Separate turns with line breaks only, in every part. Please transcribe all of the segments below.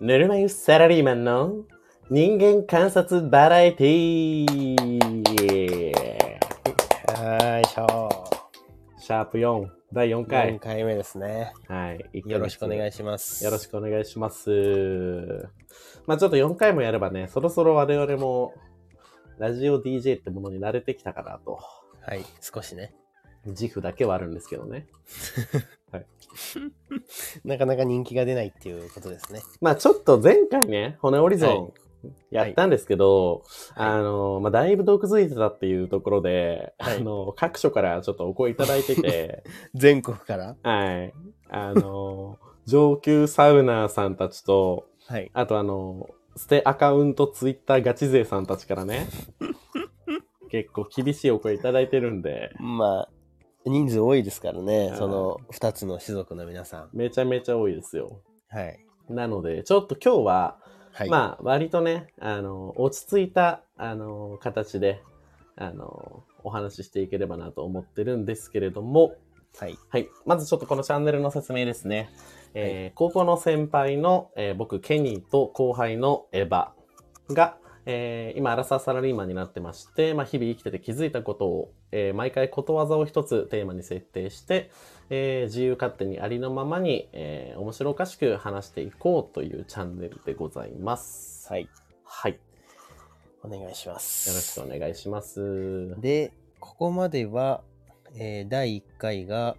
ぬるま湯サラリーマンの人間観察バラエティー
はーい、しょ
シャープ4第4
う。4
回、
回目ですね。
はい
よろしくお願
い
いします。
よろしくお願いしますまあちょっと4回もやればねそろそろ我々もラジオ DJ ってものに慣れてきたかなと
はい、少しね。
自負だけはあるんですけどね
なかなか人気が出ないっていうことですね。
まあちょっと前回ね、骨折り
はい
損やったんですけど、あの、まあだいぶ毒づいてたっていうところで、
はい
あの、各所からちょっとお声いただいて て、
全国から
はい。あの、上級サウナーさんたちと、
はい。
あとあの、ステアカウントツイッターガチ勢さんたちから ね、結構厳しいお声いただいてるんで、
まあ、人数多いですからね
う、ん
その2つの種族の皆さん。
めちゃめちゃ多いですよ。
はい。
なので、ちょっと今日は、
はい。
まあ割とねあの落ち着いたあの形であのお話ししていければなと思ってるんですけれども、
はい。
はい、まずちょっとこのチャンネルの説明ですね、えー高校の先輩の、えー僕ケニーと後輩のエヴァが、えー今アラサーサラリーマンになってまして、まあ、日々生きてて気づいたことを、えー毎回ことわざを一つテーマに設定して、えー自由勝手にありのままに、えー面白おかしく話していこうというチャンネルでございます。
はい。
はい。よ
お願いします。
ろしくお願いします。
で、ここまでは、えー第1回が、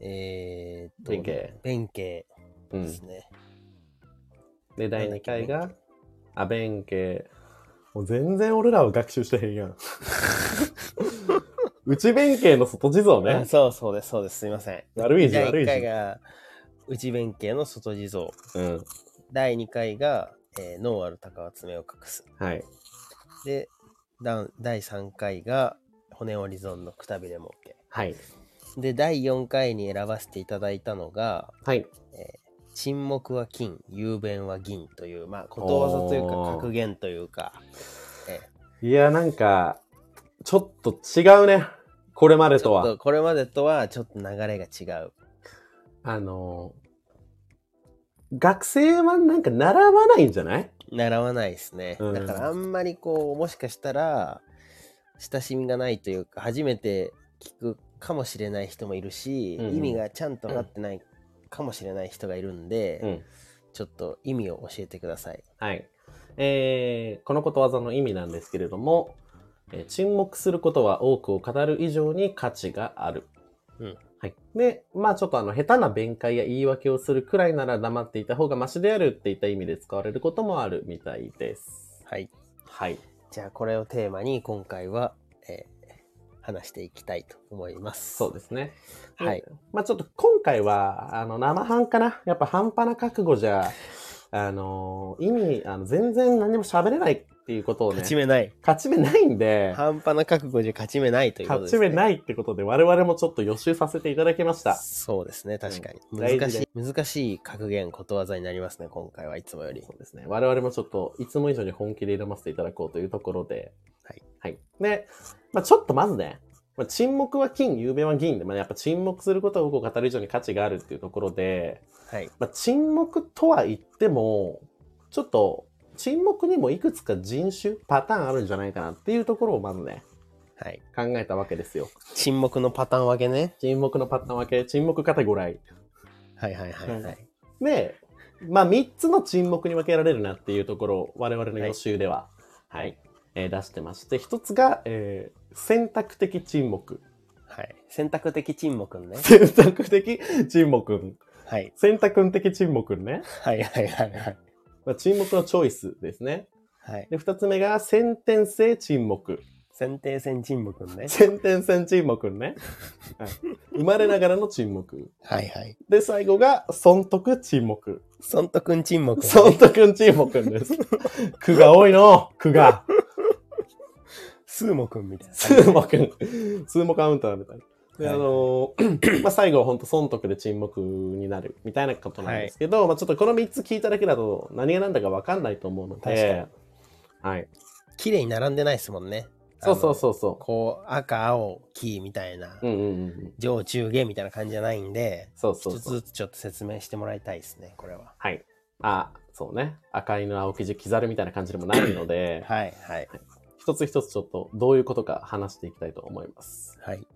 えー、っと、
弁慶。
弁慶
う
で
ん
す。ね。
で、第2回が、あ、弁慶。もう全然俺らは学習してへん やん。内弁慶の外地蔵
あ
ね。
そうそうです、そうです。すいません。
悪い字、
第
悪
1
い
回
字。
が内弁慶の外地蔵
うん。
第2回が、えー、脳ある鷹は爪を隠す
はい。
でだん第3回が骨折り損のくたびれも
はい。
OK で第4回に選ばせていただいたのが
はい。
沈黙は金雄弁は銀というまあことわざという
おー
か格言というか、え
いや、なんか、ちょっと違うね。これま
ー
で
ち
と
ょっ
は。
とこれまでとはちょっと流れが違う
あのー学生はなんか習わないんじゃない
習わないですね、
うん
だからあんまりこうもしかしたら親しみがないというか初めて聞くかもしれない人もいるし、
うんうん
意味がちゃんと分かってないかもしれない人がいるんで、
うん。
ちょっと意味を教えてください
はい。えーこのことわざの意味なんですけれども、えー沈黙することは多くを語る以上に価値がある。
うん
はい。で、まあちょっとあの、下手な弁解や言い訳をするくらいなら黙っていた方がマシであるっていった意味で使われることもあるみたいです。
はい
はい。
じゃあこれをテーマに今回は、えー話していきたいと思います
そうですね。
はい。
まあちょっと今回は、あの、生半かな。やっぱ半端な覚悟じゃ、あの意味、あの、全然何も喋れないっていうことをね、
勝ち目ない
勝ち目ないんで、
半端な覚悟じゃ勝ち目ないということ
勝
です、
ち
ね、
目ないってことで我々もちょっと予習させていただきました。
そうですね確かに、
うん大事
難
で
しい難しい格言ことわざになりますね今回はいつもより
そうですね。我々もちょっといつも以上に本気で挑ませていただこうというところで。
はい。
はい。で、まあ、ちょっとまずね、まあ、沈黙は金、夕べは銀で、まあ、やっぱ沈黙することを多く語る以上に価値があるっていうところで、
はい
まあ、沈黙とは言っても、ちょっと沈黙にもいくつか人種、パターンあるんじゃないかなっていうところをまずね、
はい。
考えたわけですよ。
沈黙のパターン分けね。
沈黙のパターン分け、沈黙カテゴライ。
はいはいはいはい。
はで、まあ、3つの沈黙に分けられるなっていうところを我々の予習では、はいえー出してまして1つが、えー選択的沈黙
はい。選択的沈黙ね。
選択的沈黙
はい。
選択的沈黙ね、
はいはいはいはい。
まあ、沈黙のチョイスですね
はい。
で2つ目が先天性沈黙
先定戦沈黙ね。
先天性沈黙ね、はい、生まれながらの沈黙
はいはい。
で最後が損得沈 黙
損得ん沈黙、ね。
損得沈黙です苦が多いの苦が
スーモくんみたいな。
スーモくん、スーモカウンターみたいな。で、
はい
あのー まあ最後は本当損得で沈黙になるみたいなことなんですけど、まあちょっとこの3つ聞いただけだと何が何だか分かんないと思うので、はい。
綺麗に並んでないですもんね。
そうそう
う。
そうそ
こう、赤、青、黄みたいな、
う。うんうんうん。
上、中、下みたいな感じじゃないんで、
そうそ
一
う
つ
そう。
ずつちょっと説明してもらいたいですね、これは。
はい。あ、そうね。赤犬青生地飾るみたいな感じでもないので、
はいはい
一つ一つちょっとどういうことか話していきたいと思います。
はい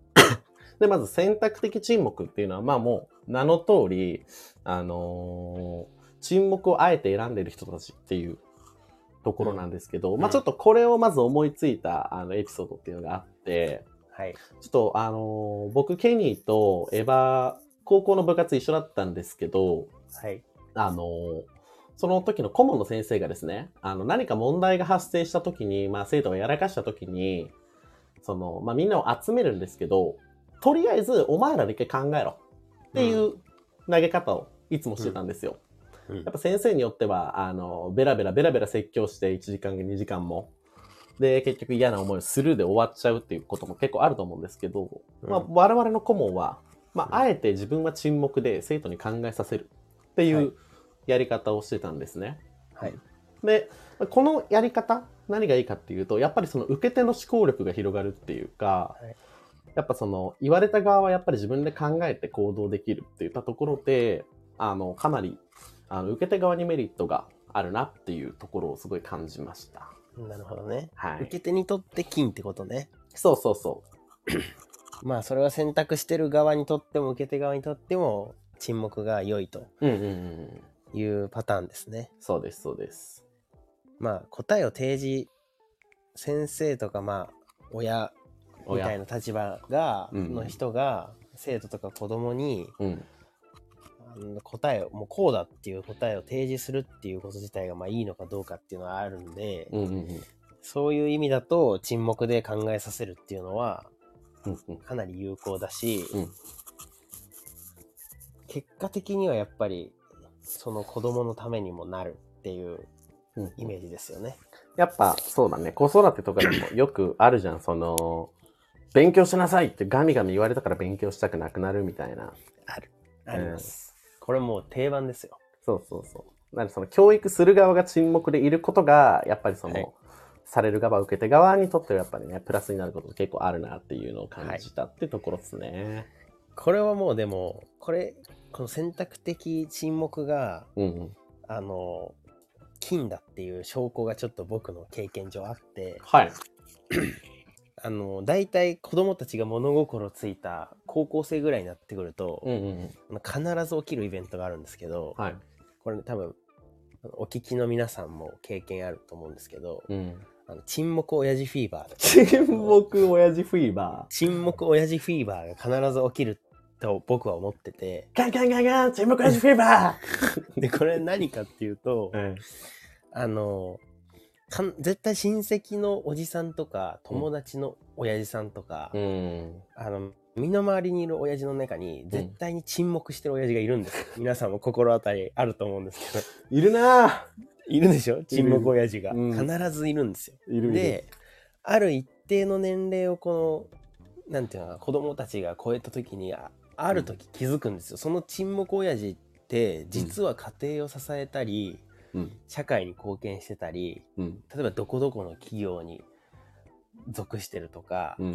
で、まず選択的沈黙っていうのは、まあもう名の通り、あのー沈黙をあえて選んでいる人たちっていうところなんですけど、
うん
まあちょっとこれをまず思いついたあのエピソードっていうのがあって、
はい
ちょっとあのー僕、ケニーとエヴァ、高校の部活一緒だったんですけど、
はい
あのーその時の顧問の先生がですね、あの何か問題が発生した時に、まあ生徒がやらかした時に、その、まあみんなを集めるんですけど、とりあえずお前らで一回考えろっていう投げ方をいつもしてたんですよ。
うん
やっぱ先生によっては、あの、ベラベラベラベラ説教して1時間2時間も。で、結局嫌な思いをするで終わっちゃうっていうことも結構あると思うんですけど、まあ
うん
我々の顧問は、まあ、
うん
あえて自分は沈黙で生徒に考えさせるってい
は
う
い
やり方をしてたんですね。
はい
で、まあこのやり方、何がいいかっていうと、やっぱりその受け手の思考力が広がるっていうか、
はい
やっぱその言われた側はやっぱり自分で考えて行動できるっていったところで、あの、かなり、あの、受け手側にメリットがあるなっていうところをすごい感じました。
なるほどね
は
受
い。
け手にとって金ってことね
そうそうそう。
まあそれは選択してる側にとっても受け手側にとっても沈黙が良いと
うんうんうん。
いうパターンですね
そうです、そうです。
まあ答えを提示先生とかまあ親みたいな立場が
うん
の人が生徒とか子供に
うん。
あの答えをもうこうだっていう答えを提示するっていうこと自体がまあいいのかどうかっていうのはあるんで
うんうんうん。
そういう意味だと沈黙で考えさせるっていうのは
うんうん
かなり有効だし、
うん
結果的にはやっぱりその子供のためにもなるっていう
うん
イメージですよね。
やっぱそうだね子育てとかでもよくあるじゃんその勉強しなさいってガミガミ言われたから勉強したくなくなるみたいな
ある。あります。これもう定番ですよ。
そうそうそうなんでその教育する側が沈黙でいることがやっぱりその、
はい
される側受け手側にとってはやっぱりねプラスになること結構あるなっていうのを感じたってところですね、
これはもうでも、これ、この選択的沈黙が、
うんうん
あの、金だっていう証拠がちょっと僕の経験上あって、
はい
あの、大体子供たちが物心ついた高校生ぐらいになってくると、
うんうんうん
必ず起きるイベントがあるんですけど、
はい
これ、ね、多分お聞きの皆さんも経験あると思うんですけど
うん
あの沈黙親父フィーバーとか
沈黙親父フィーバー
沈黙親父フィーバーが必ず起きると僕は思ってて
ガンガンガンガン沈黙親父フィーバ
でこれ何かっていうと
ー、うん、
あのかん絶対親戚のおじさんとか友達の親父さんとか、
うん
あの身の回りにいる親父の中に絶対に沈黙してる親父がいるんです、皆さんも心当たりあると思うんですけど
いるなぁ
いるでしょ沈黙親父が、
うん
必ずいるんですよ
いるいる
である一定の年齢をこのなんていうのかな子供たちが超えた時にあある時気づくんですよ、その沈黙親父って実は家庭を支えたり、
うん
社会に貢献してたり
うん
例えばどこどこの企業に属してるとか、
うんう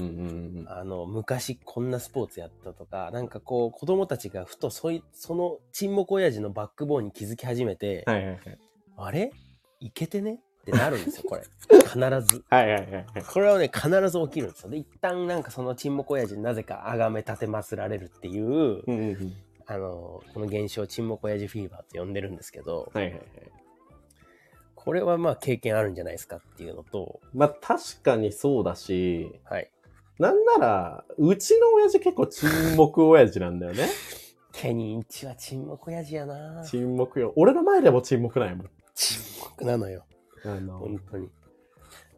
ん
あの昔こんなスポーツやったとかなんかこう子供たちがふとそいその沈黙親父のバックボーンに気づき始めて、
はいはい
あれいけてねってなるんですよ これ必ず。
はいはいはいはい
これはね、必ず起きるんですよ。で、一旦なんかその沈黙親父になぜか崇め立てまつられるっていう、
うんうんうん
あの、この現象を沈黙親父フィーバーと呼んでるんですけど、
はいはいはい
これはまあ経験あるんじゃないですかっていうのと、
まあ確かにそうだし
はい。
なんならうちの親父結構沈黙親父なんだよね
ケニーインチは沈黙親父やな
沈黙よ俺の前でも沈黙なんやもん
沈黙なのよ。
あの
本当に。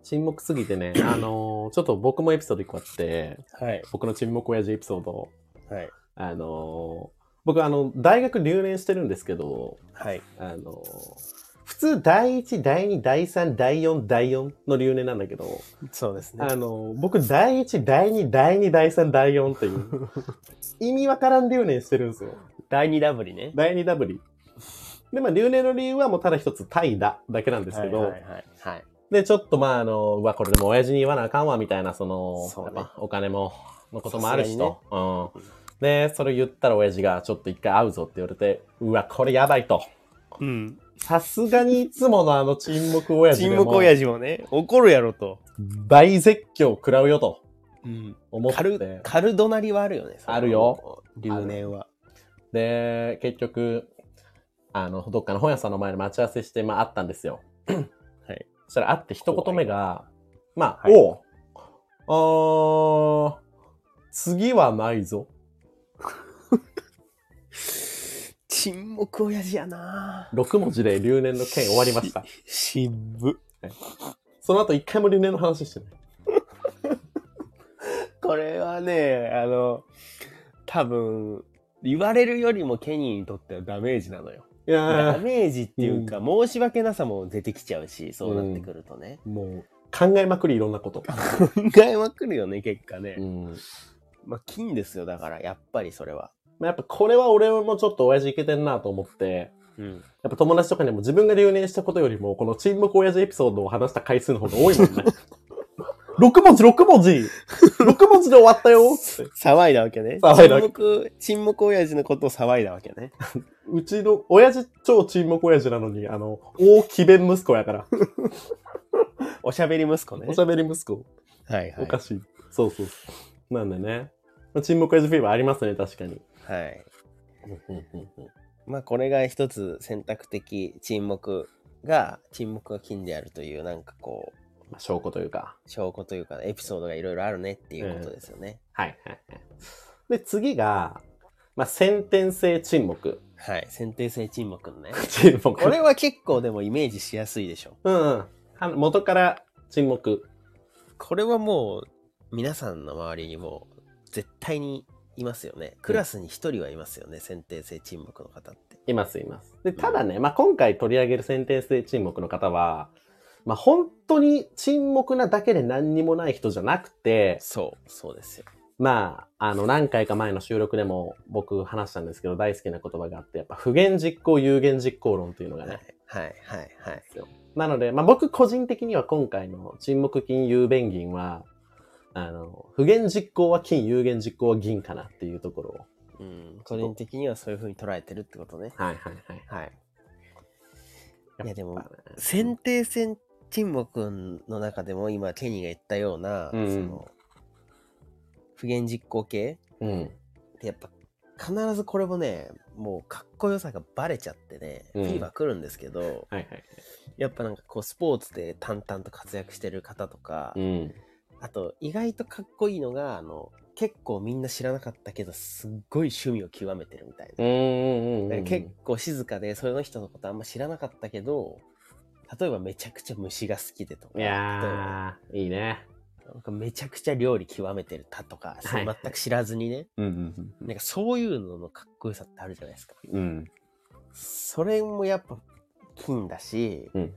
沈黙すぎてねあのちょっと僕もエピソード一個あって
はい。
僕の沈黙親父エピソード
はい。
あの僕あの大学留年してるんですけど
はい。
あの普通第1第2第3第4第4の留年なんだけど
そうですね。
あの、僕、第1、第2、第2、第3、第4っていう、 意味わからん留年してるんですよ。
第2ダブリね。
第2ダブリ。で、まあ、留年の理由はもうただ一つ、怠惰だけなんですけど、
はいはいはい、はい。
で、ちょっとまあ、あの、うわ、これでも親父に言わなあかんわ、みたいな、その、
そうね
やっぱお金も、のこともあるし
さ
と。うん。で、それを言ったら親父が、ちょっと一回会うぞって言われて、うわ、これやばいと。
うん。
さすがにいつものあの沈黙親父で
沈
も
黙親父もね、怒るやろと。
大絶叫食らうよと
うん。
思っ
軽
て、
軽怒鳴りはあるよね。その
あるよ。
留年は。
で、結局、あの、どっかの本屋さんの前で待ち合わせして、まあ、会ったんですよ。
はい。
そしたら会って一言目が、まあ、
はい
おうあー、次はないぞ。
沈黙親父やな
6文字で留年の件終わりま した。
渋。
その後一回も留年の話してない。
これはね、あの、多分、言われるよりもケニーにとってはダメージなのよ。
い
ダ
やー
メージっていうか、申し訳なさも出てきちゃうし、そうなってくるとね。
もう、考えまくりいろんなこと。
考えまくるよね、結果ね。
うん。
まあ、金ですよ、だから、やっぱりそれは。
まあやっぱこれは俺もちょっと親父いけてんなと思って、
うん。
やっぱ友達とかにも自分が留年したことよりも、この沈黙親父エピソードを話した回数の方が多いもん ね。6文字、6文 字 !6 文字で終わったよって
騒いだわけね。
騒いだわ
沈
け
黙、沈黙親父のことを騒いだわけね。
うちの、親父超沈黙親父なのに、あの、大き弁息子やから。
おしゃべり息子ね。
おしゃべり息子。
はいは
お
い。
かしい。そうそうそう。なんでね。まあ沈黙親父フィーバーありますね、確かに。
はい。まあ、これが一つ選択的沈黙が、沈黙が金であるという、なんかこう、
まあ証拠というか。
証拠というか、エピソードがいろいろあるねっていうことですよね。
はいはいはい。で、次が、まあ、先天性沈 黙。
はい。先定性沈黙のね。
沈黙。
これは結構でもイメージしやすいでしょ。
うんうんあの。元から沈黙。
これはもう、皆さんの周りにも、絶対にいますよね。クラスに一人はいますよね。先定性沈黙の方って。
いますいます。で、ただね、まあ、今回取り上げる先天性沈黙の方は、まあ、本当に沈黙なだけで何にもない人じゃなくて、
そう、そうですよ。
まあ、あの、何回か前の収録でも僕話したんですけど、大好きな言葉があって、やっぱ、不言実行、有言実行論というのが
はい
ね、、
はい、はい、はい。
なので、まあ、僕個人的には今回の沈黙金融弁銀は、あの、不言実行は金、有言実行は銀かなっていうところを。
うん。個人的にはそういうふうに捉えてるってことね。
はいはいはい。
はい。いやでも
っぱね
先定戦沈黙の中でも今ケニーが言ったような、
うん
その不言実行系
うん。
ってやっぱ必ずこれもねもうかっこよさがバレちゃってね、
うん
フィーバー来るんですけど
はいはい。
やっぱなんかこうスポーツで淡々と活躍してる方とか、
うん。
あと意外とかっこいいのがあの結構みんな知らなかったけどすっごい趣味を極めてるみたいな。
うんうんうんう
だから
ん。
結構静かでその人のことあんま知らなかったけど例えばめちゃくちゃ虫が好きでとか
いやー、いいね。
例えばなんかめちゃくちゃ料理極めてるたとか、それ
はい
全く知らずにね
うん
なんかそういうののかっこよさってあるじゃないですか
うんうん。
それもやっぱ金だし、
うん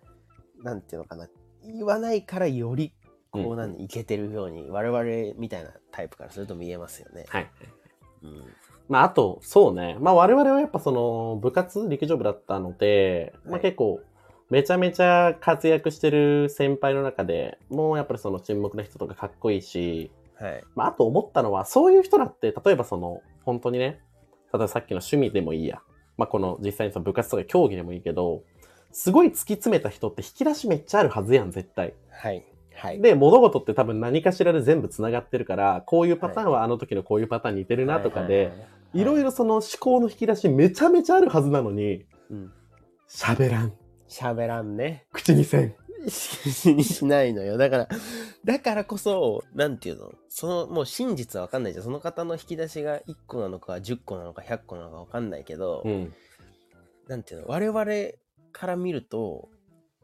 なんていうのかな言わないからよりこ
う
うんなんでいけてるように我々みたいなタイプからすると見えますよね、
はい。
うん
まあ、あと、そうね。まあ、我々はやっぱその、部活、陸上部だったので、ま
は
あ
い
結構、めちゃめちゃ活躍してる先輩の中で、もうやっぱりその沈黙の人とかかっこいいし、
はい
まあ、あと思ったのは、そういう人だって、例えばその、本当にね、例えばさっきの趣味でもいいや。まあ、この実際にその部活とか競技でもいいけど、すごい突き詰めた人って引き出しめっちゃあるはずやん、絶対。
はいはい
で、物事って多分何かしらで全部繋がってるから、こういうパターンはあの時のこういうパターン似てるなとかで、いろい
ろ
ろその思考の引き出しめちゃめちゃあるはずなのに、
うん
喋らん。
喋らんね
口にせん。
ししないのよだからだからこそなんていうのそのもう真実は分かんないじゃんその方の引き出しが1個なのか10個なのか100個なのか分かんないけど、
ん。
なんていうの我々から見ると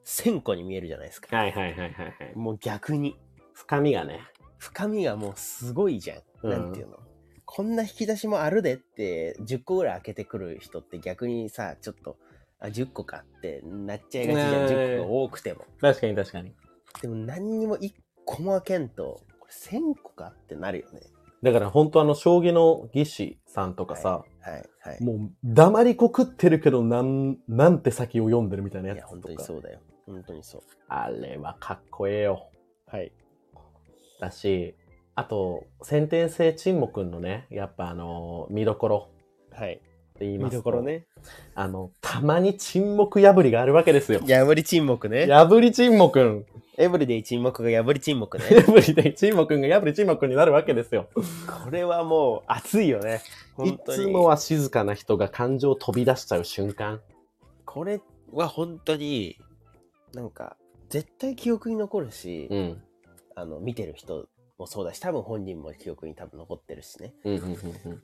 1000個に見えるじゃないですか
はいはいはいはいはい。
もう逆に
深みがね。
深みがもうすごいじゃん、
うん
なんていうのこんな引き出しもあるでって10個ぐらい開けてくる人って逆にさちょっとあ10個かってなっちゃいがちじゃん、
ねえ
10個が多くても
確かに確かに。
でも何にも一個も開けんと、これ1000個かってなるよね。
だから本当あの、将棋の技師さんとかさ、
はい、はい。
もう黙りこくってるけどなん、なんて先を読んでるみたいなや
い
つ
や、
とか。
本当にそうだよ。本当にそう。
あれはかっこええよ。
はい。
だし、あと、先天性沈黙のね、やっぱあの見どころ。
はい。
って言いま
見
す
ど
と、
ころね。
あの、たまに沈黙破りがあるわけですよ。
破り沈黙ね。
破り沈黙ん。
エブリデイ沈黙が破り沈黙 ね。
破りで沈黙んが破り沈黙になるわけですよ。
これはもう熱いよね。
い
本当に。
つもは静かな人が感情を飛び出しちゃう瞬間。
これは本当に、なんか、絶対記憶に残るし、
うん。
あの、見てる人もそうだし、多分本人も記憶に多分残ってるしね。
うんうんうんうん。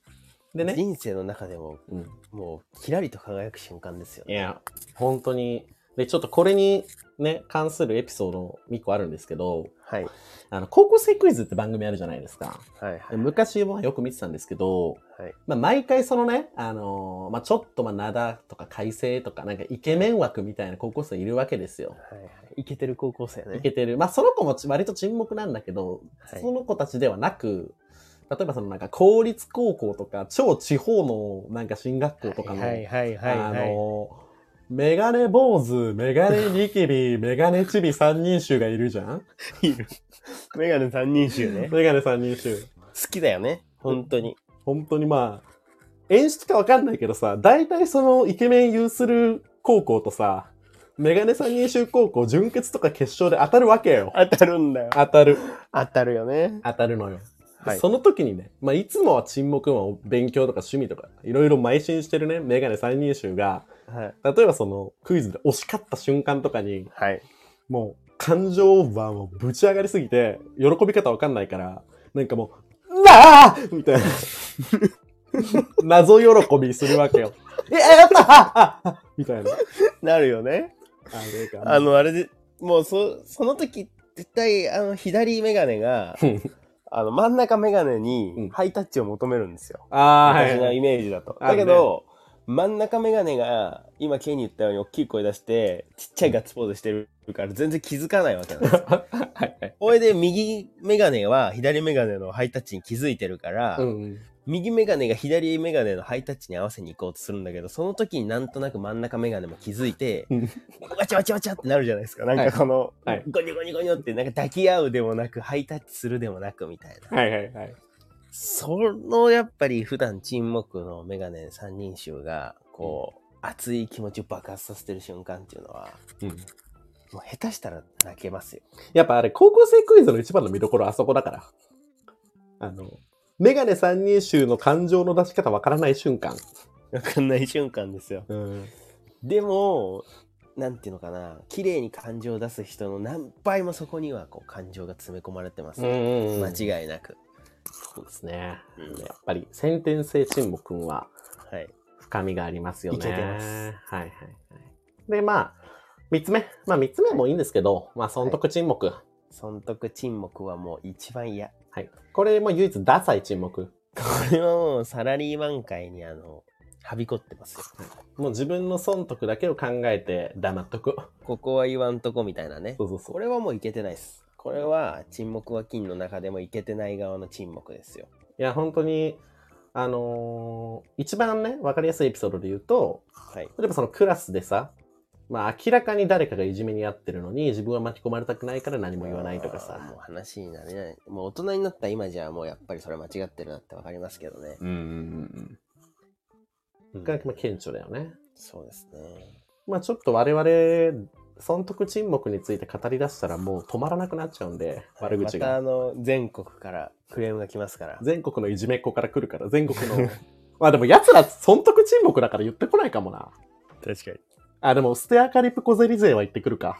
でね、
人生の中でも、
うん、
もう、キラリと輝く瞬間ですよ
い
ね。
や、本当に。で、ちょっとこれにね、関するエピソード2個あるんですけど、
はい。は
あの、高校生クイズって番組あるじゃないですか。
いは
で
い。
昔もよく見てたんですけど、
はい、
まあ、毎回そのね、あのーまあ、ちょっとまあ、灘とか改正とか、なんかイケメン枠みたいな高校生いるわけですよ。
はいはい。いけてる高校生ね。
いけてる。まあ、その子もち割と沈黙なんだけど、
はい
その子たちではなく、例えばそのなんか公立高校とか、超地方のなんか進学校とかの、
はいはいはいはい、
あ
はい。
のメガネ坊主、メガネニキビ、メガネチビ三人衆がいるじゃん
いるメガネ三人衆ね。好
メガネ三人衆。
きだよね。本当に。
本当にまあ、演出かわかんないけどさ、大体そのイケメン有する高校とさ、メガネ三人衆高校、準決とか決勝で当たるわけよ。
当たるんだよ。
当たる。
当たるよね。
当たるのよ。で
はい。
その時にね、まあ、いつもは沈黙の勉強とか趣味とか、いろいろ邁進してるね、メガネ三人衆が、
はい。
例えばそのクイズで惜しかった瞬間とかに、
はい。
もう感情はもうぶち上がりすぎて、喜び方わかんないから、なんかもう、うわーみたいな。 謎喜びするわけよ。え、やったああみたい な。
なるよね。
あれか
あ、の、あれで、もうそ、その時、絶対、あの、左メガネが、あの、真ん中メガネ
うん
にハイタッチを求めるんですよ。
あー
私
は
の
い。
イメージだと。
あ
だ
るね
けど、真ん中メガネが、今、ケイに言ったように大きい声出して、ちっちゃいガッツポーズしてるから、全然気づかないわけなんですよ。
はいはい。
これで、右メガネは、左メガネのハイタッチに気づいてるから、
うんうん。
右メガネが左メガネのハイタッチに合わせに行こうとするんだけど、その時になんとなく真ん中メガネも気づいて
うん、
わちゃわちゃわちゃってなるじゃないですか。なん
はい
かこの、
はい
ゴニョゴニョゴニョって、なんか抱き合うでもなく、ハイタッチするでもなくみたいな。
はいはいはい。
その、やっぱり普段沈黙のメガネ三人衆が、こう、熱い気持ちを爆発させてる瞬間っていうのは、
うん、
もう下手したら泣けますよ。
やっぱあれ、高校生クイズの一番の見どころはあそこだから。あの、メガネ三人衆の感情の出し方わからない瞬間。
わかんない瞬間ですよ。
うん。
でも、なんていうのかな、綺麗に感情を出す人の何倍もそこにはこう感情が詰め込まれてます、
ん
間違いなく。
そうですね。
うん
やっぱり先天性沈黙君は
はい。
深みがありますよね。
いけてます
はいはいはい。で、まあ、三つ目。まあ三つ目もいいんですけど、まあ損得沈黙。はい。
損得沈黙はもう一番嫌。
これも唯一ダサい沈黙。
これはもうサラリーマン界にあの、はびこってますよ。
もう自分の損得だけを考えて黙っとく。
ここは言わんとこみたいなね
そ。うそうそ
これはもういけてないです。これは沈黙は金の中でもいけてない側の沈黙ですよ。
う。いや、本当に、あのー一番ね、わかりやすいエピソードで言うと、
はい。
例えばそのクラスでさ、まあ明らかに誰かがいじめにあってるのに自分は巻き込まれたくないから何も言わないとか
あーもう
さ。
話になれない。もう大人になった今じゃもうやっぱりそれ間違ってるなってわかりますけどね。
うんうんうん。
うん
が、まあ、顕著だよね。
そうですね。
まあちょっと我々、損得沈黙について語り出したらもう止まらなくなっちゃうんで、悪口
また
が。
あの、全国からクレームが来ますから。
全国のいじめっ子から来るから、全国の。 まあでも奴ら損得沈黙だから言ってこないかもな。
確かに。
あ、でも、ステアカリプコゼリ勢は言ってくるか。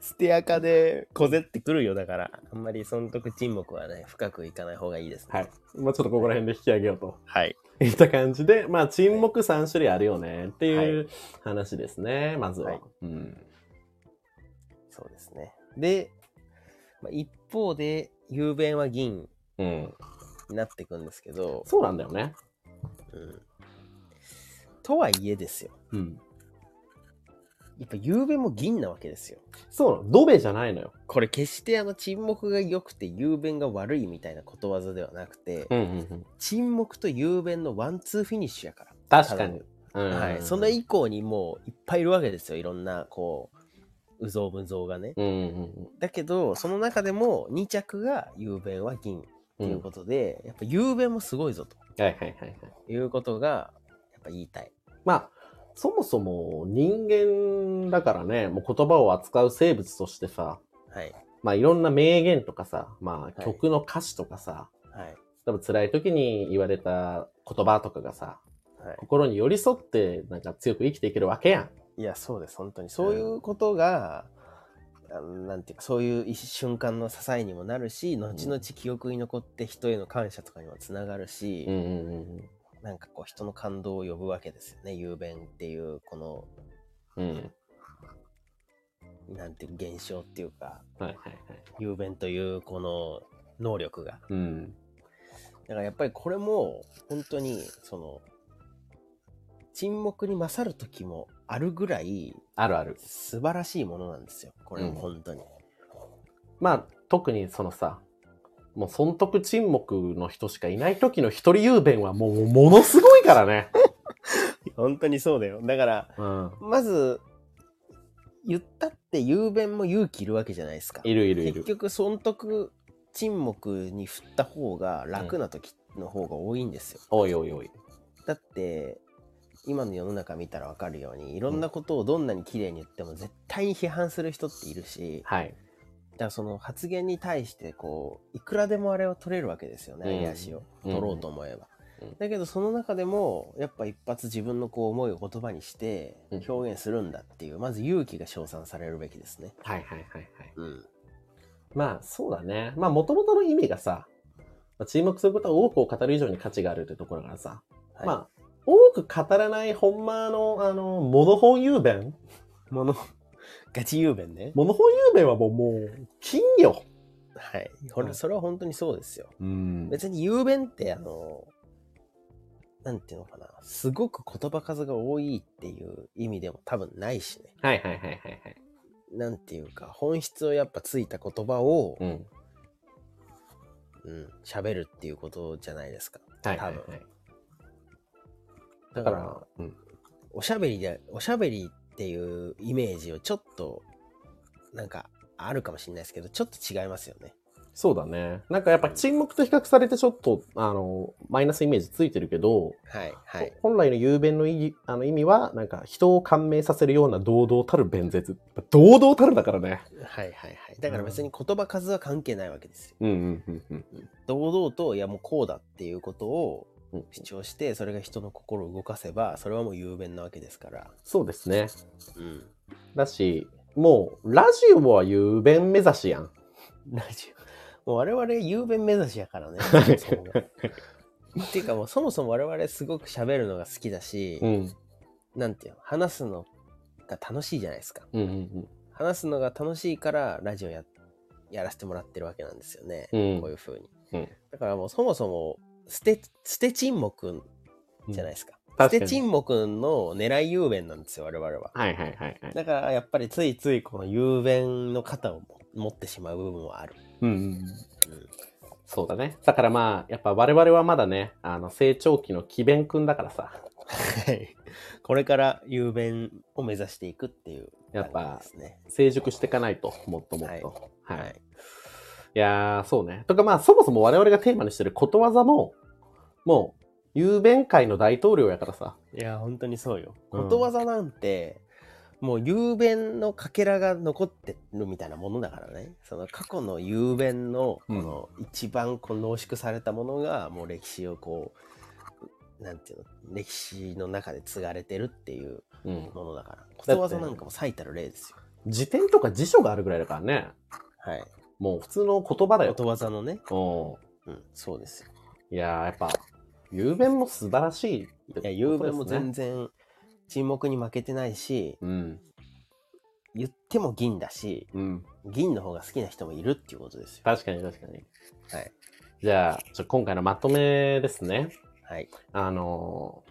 ステアカで小ぜってくるよ、だから。あんまり損得沈黙はね、深くいかない方がいいです
は
ね。
い。まあちょっとここら辺で引き上げよう と。
はい。
いった感じで、まあ沈黙3種類あるよねっていう話ですね、まずは。
はい
うん。
そうですね。で、まあ、一方で、雄弁は銀
うん。
になっていくんですけど、
そうなんだよね。
うん。とはいえですよ。
うん。
やっぱ雄弁も銀なわけですよ。
そうなの。ドベじゃないのよ。
これ決してあの沈黙が良くて雄弁が悪いみたいなことわざではなくて、
うんうんうん。
沈黙と雄弁のワンツーフィニッシュやから。
確かに。うん
はい、それ以降にもういっぱいいるわけですよいろんなこう有象文像がね
うんうん
だけどその中でも2着が雄弁は銀っ
う
て
ん。
いうことで、やっぱ雄弁もすごいぞと
はいはいはいはい。
いうことがやっぱ言いたい。
まあ、そもそも人間だからね、もう言葉を扱う生物としてさ、
はい。
まあいろんな名言とかさ、まあ
い
曲の歌詞とかさ、
はい。
多分辛い時に言われた言葉とかがさ、
はい。
心に寄り添ってなんか強く生きていけるわけやん。
いや、そうです、本当に。そういうことが、あのなんていうか、そういう一瞬間の支えにもなるし、後々記憶に残って人への感謝とかにもつながるし、
うんうんうん
なんかこう、人の感動を呼ぶわけですよね。雄弁っていう、この、
うん。うん。
なんていう現象っていうか、
はいはいはい。
雄弁というこの能力が。
うん。
だからやっぱりこれも、本当に、その、沈黙に勝る時もあるぐらい、
あるある。
素晴らしいものなんですよ。これも本当に。
まあ、特にそのさ、もう損得沈黙の人しかいない時の一人雄弁はもうものすごいからね。
本当にそうだよ。だから、
うん。
まず、言ったって雄弁も勇気いるわけじゃないですか。
いるいるい
結
る。
局、損得沈黙に振った方が楽な時の方が多いんですよ。
おいおいおい。
だって、今の世の中見たらわかるように、いろんなことをどんなに綺麗に言っても絶対に批判する人っているし、
はい。
だからその発言に対してこういくらでもあれは取れるわけですよね、
うん
怪しを取ろうと思えば、
うん
だけどその中でもやっぱ一発自分のこう思いを言葉にして
うん
表現するんだっていう、まず勇気が称賛されるべきですね
はいはいはいはい。
うん
まあそうだね。まあもともとの意味がさ、まあ沈黙することは多くを語る以上に価値があるってところだからさ、
はい
まあ多く語らないほんまの、あの、モノホン雄弁
もの ガチ雄弁ね
モノホン雄弁はもう、もう、金よ。
はいこ
う
れ
ん
それは本当にそうですよ
うん
別に雄弁ってあのなんていうのかなすごく言葉数が多いっていう意味でも多分ないしね
はいはいはいはいはい。
なんていうか本質をやっぱついた言葉を、
うん。
うん、喋るっていうことじゃないですか。
はいはい、はい
多。
だか
だからら、、
うん。
おしゃべりで、おしゃべりっていうイメージをちょっと、なんか、あるかもしれないですけど、ちょっと違いますよね。
そうだね。なんかやっぱ沈黙と比較されてちょっと、あの、マイナスイメージついてるけど、
はい、はい。
本来の雄弁の意義あの意味は、なんか人を感銘させるような堂々たる弁舌。堂々たるだからね。
はい、はい、はい。だから別に言葉数は関係ないわけですよ。
うんうんうんうん。
堂々と、いやもうこうだっていうことを
うん
主張して、それが人の心を動かせば、それはもう雄弁なわけですから。
そうですね。
うん。
だし、もう、ラジオは雄弁目指しやん。
ラジオ。もう我々雄弁目指しやか らね。
い
そもそもがっていうかもうそもそも我々すごく喋るのが好きだし、
ん。
なんていうの話すのが楽しいじゃないですか。
うんうん
話すのが楽しいからラジオややらせてもらってるわけなんですよね。
うん
こういう風に。
うん
だからもうそもそも捨て捨て沈黙じゃないですか。
確か
捨
に
て沈黙の狙い雄弁なんですよ我々は。
はいはいはいはい。
だからやっぱりついついこの雄弁の肩を持ってしまう部分はある。
うんうん。
うん
そうだね。だからまあ、やっぱ我々はまだね、あの、成長期の奇弁くんだからさ、
はい。これから雄弁を目指していくっていう
やっ
感
ぱ
じですね。
成熟していかないと、もっともっと。は。
は
い、
いい。
やー、そうね。とかまあ、そもそも我々がテーマにしてることわざも、もう、雄弁界の大統領やからさ。
いや、本当にそうよ。
うん
ことわざなんて、もう雄弁のかけらが残ってるみたいなものだからね。その過去の雄弁の、この一番こう濃縮されたものが、もう歴史をこう、なんていうの、歴史の中で継がれてるっていう
うん。
ものだから。ことわざなんかも最たる例ですよ。
辞典とか辞書があるぐらいだからね。
はい。
もう普通の言葉だよ
こ。とわざのね。
うん。
うん、そうですよ。
いやー、やっぱ、雄弁も素晴らしいってこと
いや、雄弁も全
然。
然沈黙に負けてないし、
うん。
言っても銀だし、
うん。
銀の方が好きな人もいるっていうことですよ。
確かに確かに。
はい。
じゃあ、ちょ今回のまとめですね。
はい。
あのー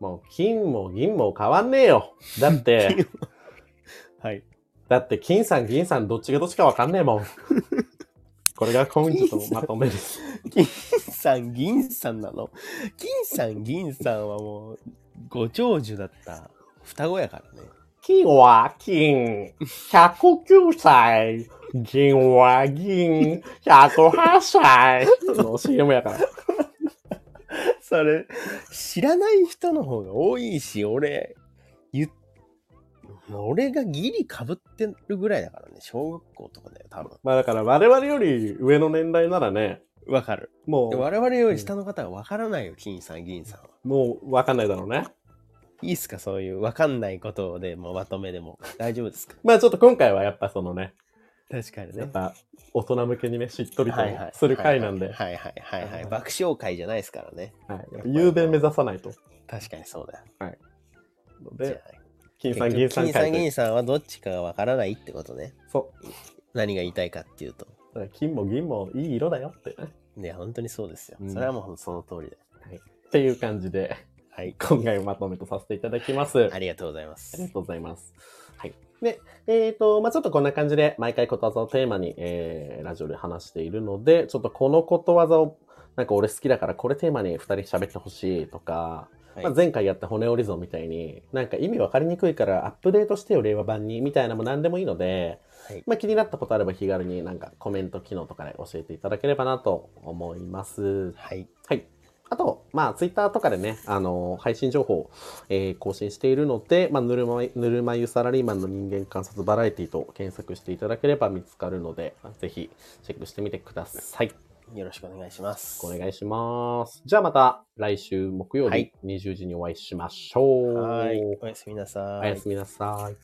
もう金も銀も変わんねえよ。だ って、
はい。
だって金さん銀さんどっちがどっちかわかんねえもん。これが今日のまとめです。
金さん、銀さんなの金さん、銀さんはもう、ご長寿だった双子やからね。
金は金、109歳。銀は銀、108歳。の CM やから。
それ、知らない人の方が多いし、俺、言っ俺がギリ被ってるぐらいだからね、小学校とかだよ、多分。
まあだから我々より上の年代ならね、
わかる。
も
で
う、
我々より下の方がわからないよ、金さん、銀さんは。
もう分かんないだろうね。
いいっすか、そういうわかんないことでもうまとめでも。大丈夫ですか
まあちょっと今回はやっぱそのね、
確かに
やっぱ大人向けにね、しっとりと
はいはい
する回なんで、はい
はいはいはいはいはい。爆笑会じゃないですからね。
やっぱ雄弁目指さないと。
確かにそうだよ。
の
じゃ
で、
あ
金さん銀さん
金さ
回
ん
という
銀さんはどっちかがわからないってことね。
そう。
何が言いたいかっていうと。
だから金も銀もいい色だよって。
いや、本当にそうですよ
う。ん
それはもうその通りだよ。
っていう感じで、
はい。
今回まとめとさせていただきます。
ありがとうございま
あ
す
りが。とうございます。はい。で、えっ、と、まあ、ちょっとこんな感じで、毎回ことわざをテーマに、えー、ラジオで話しているので、ちょっとこのことわざを、なんか俺好きだからこれテーマに2人喋ってほしいとか、
はい
まあ、前回やった骨折り損みたいに、なんか意味わかりにくいからアップデートしてよ、令和版に、みたいなのも何でもいいので、
はい
まあ、気になったことあれば気軽になんかコメント機能とかで教えていただければなと思います。
はい。
はい。あと、まあ、ツイッターとかでね、あの配信情報を、えー更新しているので、まあ、ぬるま湯、ぬるま湯サラリーマンの人間観察バラエティと検索していただければ見つかるので、ぜひチェックしてみてください。
よろしくお願いします。
お願いします。じゃあまた来週木曜
は
日
い
20時にお会いしましょう。
はい。おやすみなさ
おやすみなさい。